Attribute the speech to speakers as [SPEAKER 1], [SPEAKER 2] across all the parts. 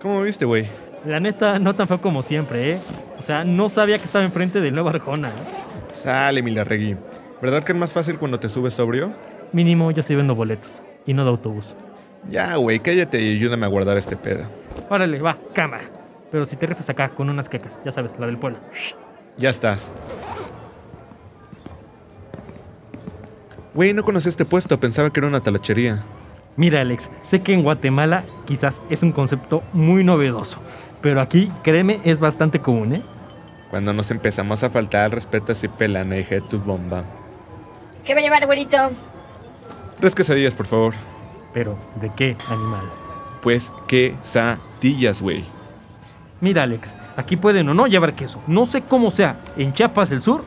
[SPEAKER 1] ¿Cómo viste, güey?
[SPEAKER 2] La neta, no tan feo como siempre, ¿eh? O sea, no sabía que estaba enfrente del nuevo Arjona. ¿eh?
[SPEAKER 1] Sale, Milarregui. ¿Verdad que es más fácil cuando te subes sobrio?
[SPEAKER 2] Mínimo, yo estoy vendo boletos y no de autobús.
[SPEAKER 1] Ya, güey, cállate y ayúdame a guardar este pedo.
[SPEAKER 2] Órale, va, cama. Pero si te refes acá con unas quecas, ya sabes, la del pueblo.
[SPEAKER 1] Ya estás. Güey, no conocía este puesto, pensaba que era una talachería.
[SPEAKER 2] Mira, Alex, sé que en Guatemala quizás es un concepto muy novedoso, pero aquí, créeme, es bastante común, ¿eh?
[SPEAKER 1] Cuando nos empezamos a faltar al respeto así pelana, hija de tu bomba.
[SPEAKER 3] ¿Qué va a llevar, güerito?
[SPEAKER 1] Tres quesadillas, por favor.
[SPEAKER 2] Pero, ¿de qué animal?
[SPEAKER 1] Pues quesadillas, güey.
[SPEAKER 2] Mira, Alex, aquí pueden o no llevar queso. No sé cómo sea en Chiapas del Sur,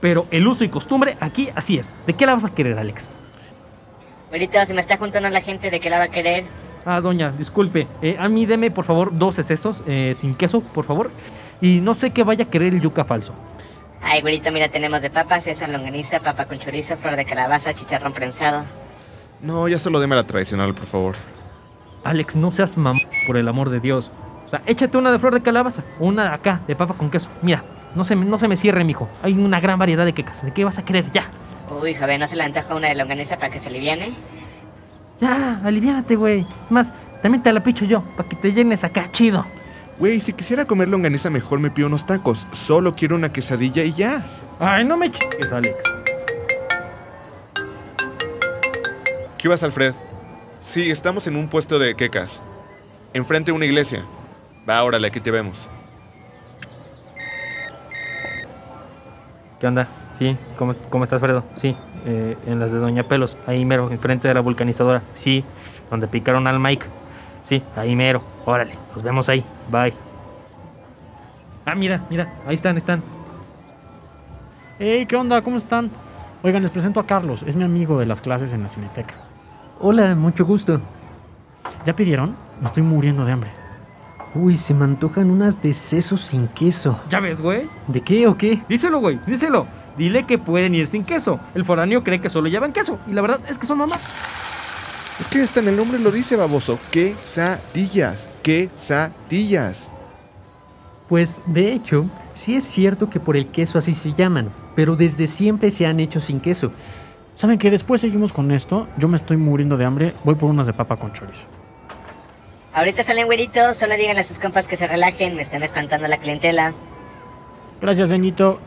[SPEAKER 2] pero el uso y costumbre aquí así es. ¿De qué la vas a querer, Alex?
[SPEAKER 3] Güerito, se me está juntando la gente de que la va a querer.
[SPEAKER 2] Ah, doña, disculpe. eh, a mí deme, por favor, dos excesos eh, sin queso, por favor. Y no sé qué vaya a querer el yuca falso.
[SPEAKER 3] Ay, güerito, mira, tenemos de papas, eso, longaniza, papa con chorizo, flor de calabaza, chicharrón prensado.
[SPEAKER 1] No, ya solo deme la tradicional, por favor.
[SPEAKER 2] Alex, no seas mamón, por el amor de Dios. O sea, échate una de flor de calabaza o una de acá, de papa con queso. Mira, no se, me- no se me cierre, mijo. Hay una gran variedad de quecas. ¿De qué vas a querer? Ya,
[SPEAKER 3] Uy, joven, ¿no se le antoja una de longaniza para que se aliviane?
[SPEAKER 2] ya, aliviánate, güey. Es más, también te la picho yo, para que te llenes acá, chido.
[SPEAKER 1] Güey, si quisiera comer longaniza mejor me pido unos tacos. Solo quiero una quesadilla y ya.
[SPEAKER 2] Ay, no me chingues, Alex.
[SPEAKER 1] ¿Qué vas, Alfred? Sí, estamos en un puesto de quecas. Enfrente a una iglesia. Va, órale, aquí te vemos.
[SPEAKER 2] ¿Qué onda? Sí, ¿cómo, cómo estás, Fredo? Sí, eh, en las de Doña Pelos, ahí mero, enfrente de la vulcanizadora. Sí, donde picaron al Mike. Sí, ahí mero. Órale, nos vemos ahí. Bye. Ah, mira, mira, ahí están, están.
[SPEAKER 4] Hey, ¿qué onda? ¿Cómo están? Oigan, les presento a Carlos, es mi amigo de las clases en la Cineteca.
[SPEAKER 5] Hola, mucho gusto.
[SPEAKER 4] ¿Ya pidieron? Me estoy muriendo de hambre.
[SPEAKER 5] Uy, se me antojan unas de sesos sin queso.
[SPEAKER 2] ¿Ya ves, güey?
[SPEAKER 5] ¿De qué o qué?
[SPEAKER 2] Díselo, güey, díselo. Dile que pueden ir sin queso. El foráneo cree que solo llevan queso. Y la verdad es que son mamás.
[SPEAKER 1] Es que hasta en el nombre lo dice, baboso. Quesadillas. Quesadillas.
[SPEAKER 5] Pues, de hecho, sí es cierto que por el queso así se llaman, pero desde siempre se han hecho sin queso.
[SPEAKER 4] ¿Saben que Después seguimos con esto. Yo me estoy muriendo de hambre. Voy por unas de papa con chorizo.
[SPEAKER 3] Ahorita salen, güerito, solo díganle a sus compas que se relajen, me están espantando la clientela.
[SPEAKER 4] Gracias, Deñito.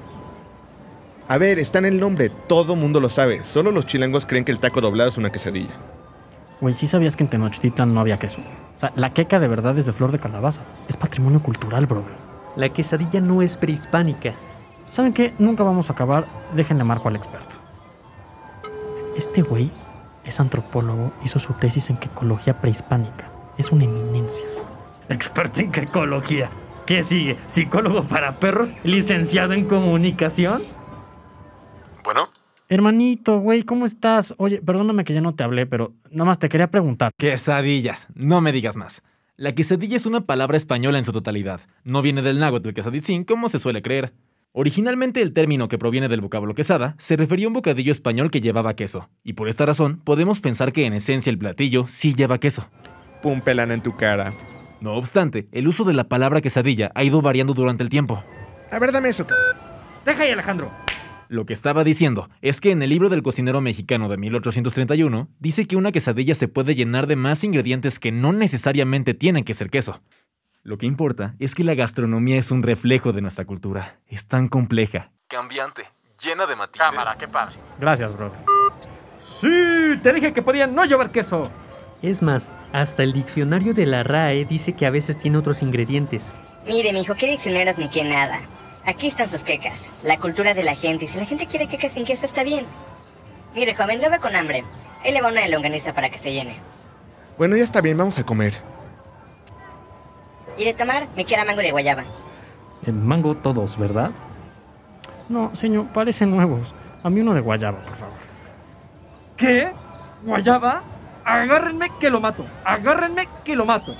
[SPEAKER 1] A ver, está en el nombre. Todo mundo lo sabe. Solo los chilangos creen que el taco doblado es una quesadilla.
[SPEAKER 4] Güey, ¿sí sabías que en Tenochtitlan no había queso? O sea, la queca de verdad es de flor de calabaza. Es patrimonio cultural, brother.
[SPEAKER 5] La quesadilla no es prehispánica.
[SPEAKER 4] ¿Saben qué? Nunca vamos a acabar. Déjenle marco al experto. Este güey es antropólogo. Hizo su tesis en quecología prehispánica. Es una eminencia.
[SPEAKER 2] Experto en ecología. ¿Qué sigue? ¿Psicólogo para perros? ¿Licenciado en comunicación?
[SPEAKER 1] Bueno.
[SPEAKER 4] Hermanito, güey, ¿cómo estás? Oye, perdóname que ya no te hablé, pero nada más te quería preguntar.
[SPEAKER 6] Quesadillas, no me digas más. La quesadilla es una palabra española en su totalidad. No viene del náhuatl quesaditzin, como se suele creer. Originalmente el término que proviene del vocablo quesada se refería a un bocadillo español que llevaba queso, y por esta razón podemos pensar que en esencia el platillo sí lleva queso.
[SPEAKER 1] Pum pelana en tu cara.
[SPEAKER 6] No obstante, el uso de la palabra quesadilla ha ido variando durante el tiempo.
[SPEAKER 1] A ver, dame eso. c-
[SPEAKER 2] Deja ahí, Alejandro.
[SPEAKER 6] Lo que estaba diciendo es que en el libro del cocinero mexicano de 1831 dice que una quesadilla se puede llenar de más ingredientes que no necesariamente tienen que ser queso. Lo que importa es que la gastronomía es un reflejo de nuestra cultura. Es tan compleja, cambiante, llena de matices.
[SPEAKER 4] Gracias, brother.
[SPEAKER 2] Sí, te dije que podían no llevar queso.
[SPEAKER 5] Es más, hasta el diccionario de la RAE dice que a veces tiene otros ingredientes.
[SPEAKER 3] Mire, mijo, qué diccioneros ni qué nada. Aquí están sus quecas, la cultura de la gente, y si la gente quiere quecas sin queso, está bien. Mire, joven, lo ve con hambre. Ahí le va una de longaniza para que se llene.
[SPEAKER 1] Bueno, ya está bien, vamos a comer.
[SPEAKER 3] Y de tomar, me queda mango de guayaba.
[SPEAKER 2] mango todos, ¿verdad?
[SPEAKER 4] No, señor, parecen nuevos. A mí uno de guayaba, por favor.
[SPEAKER 2] ¿Qué? ¿Guayaba? Agárrenme que lo mato. Agárrenme que lo mato.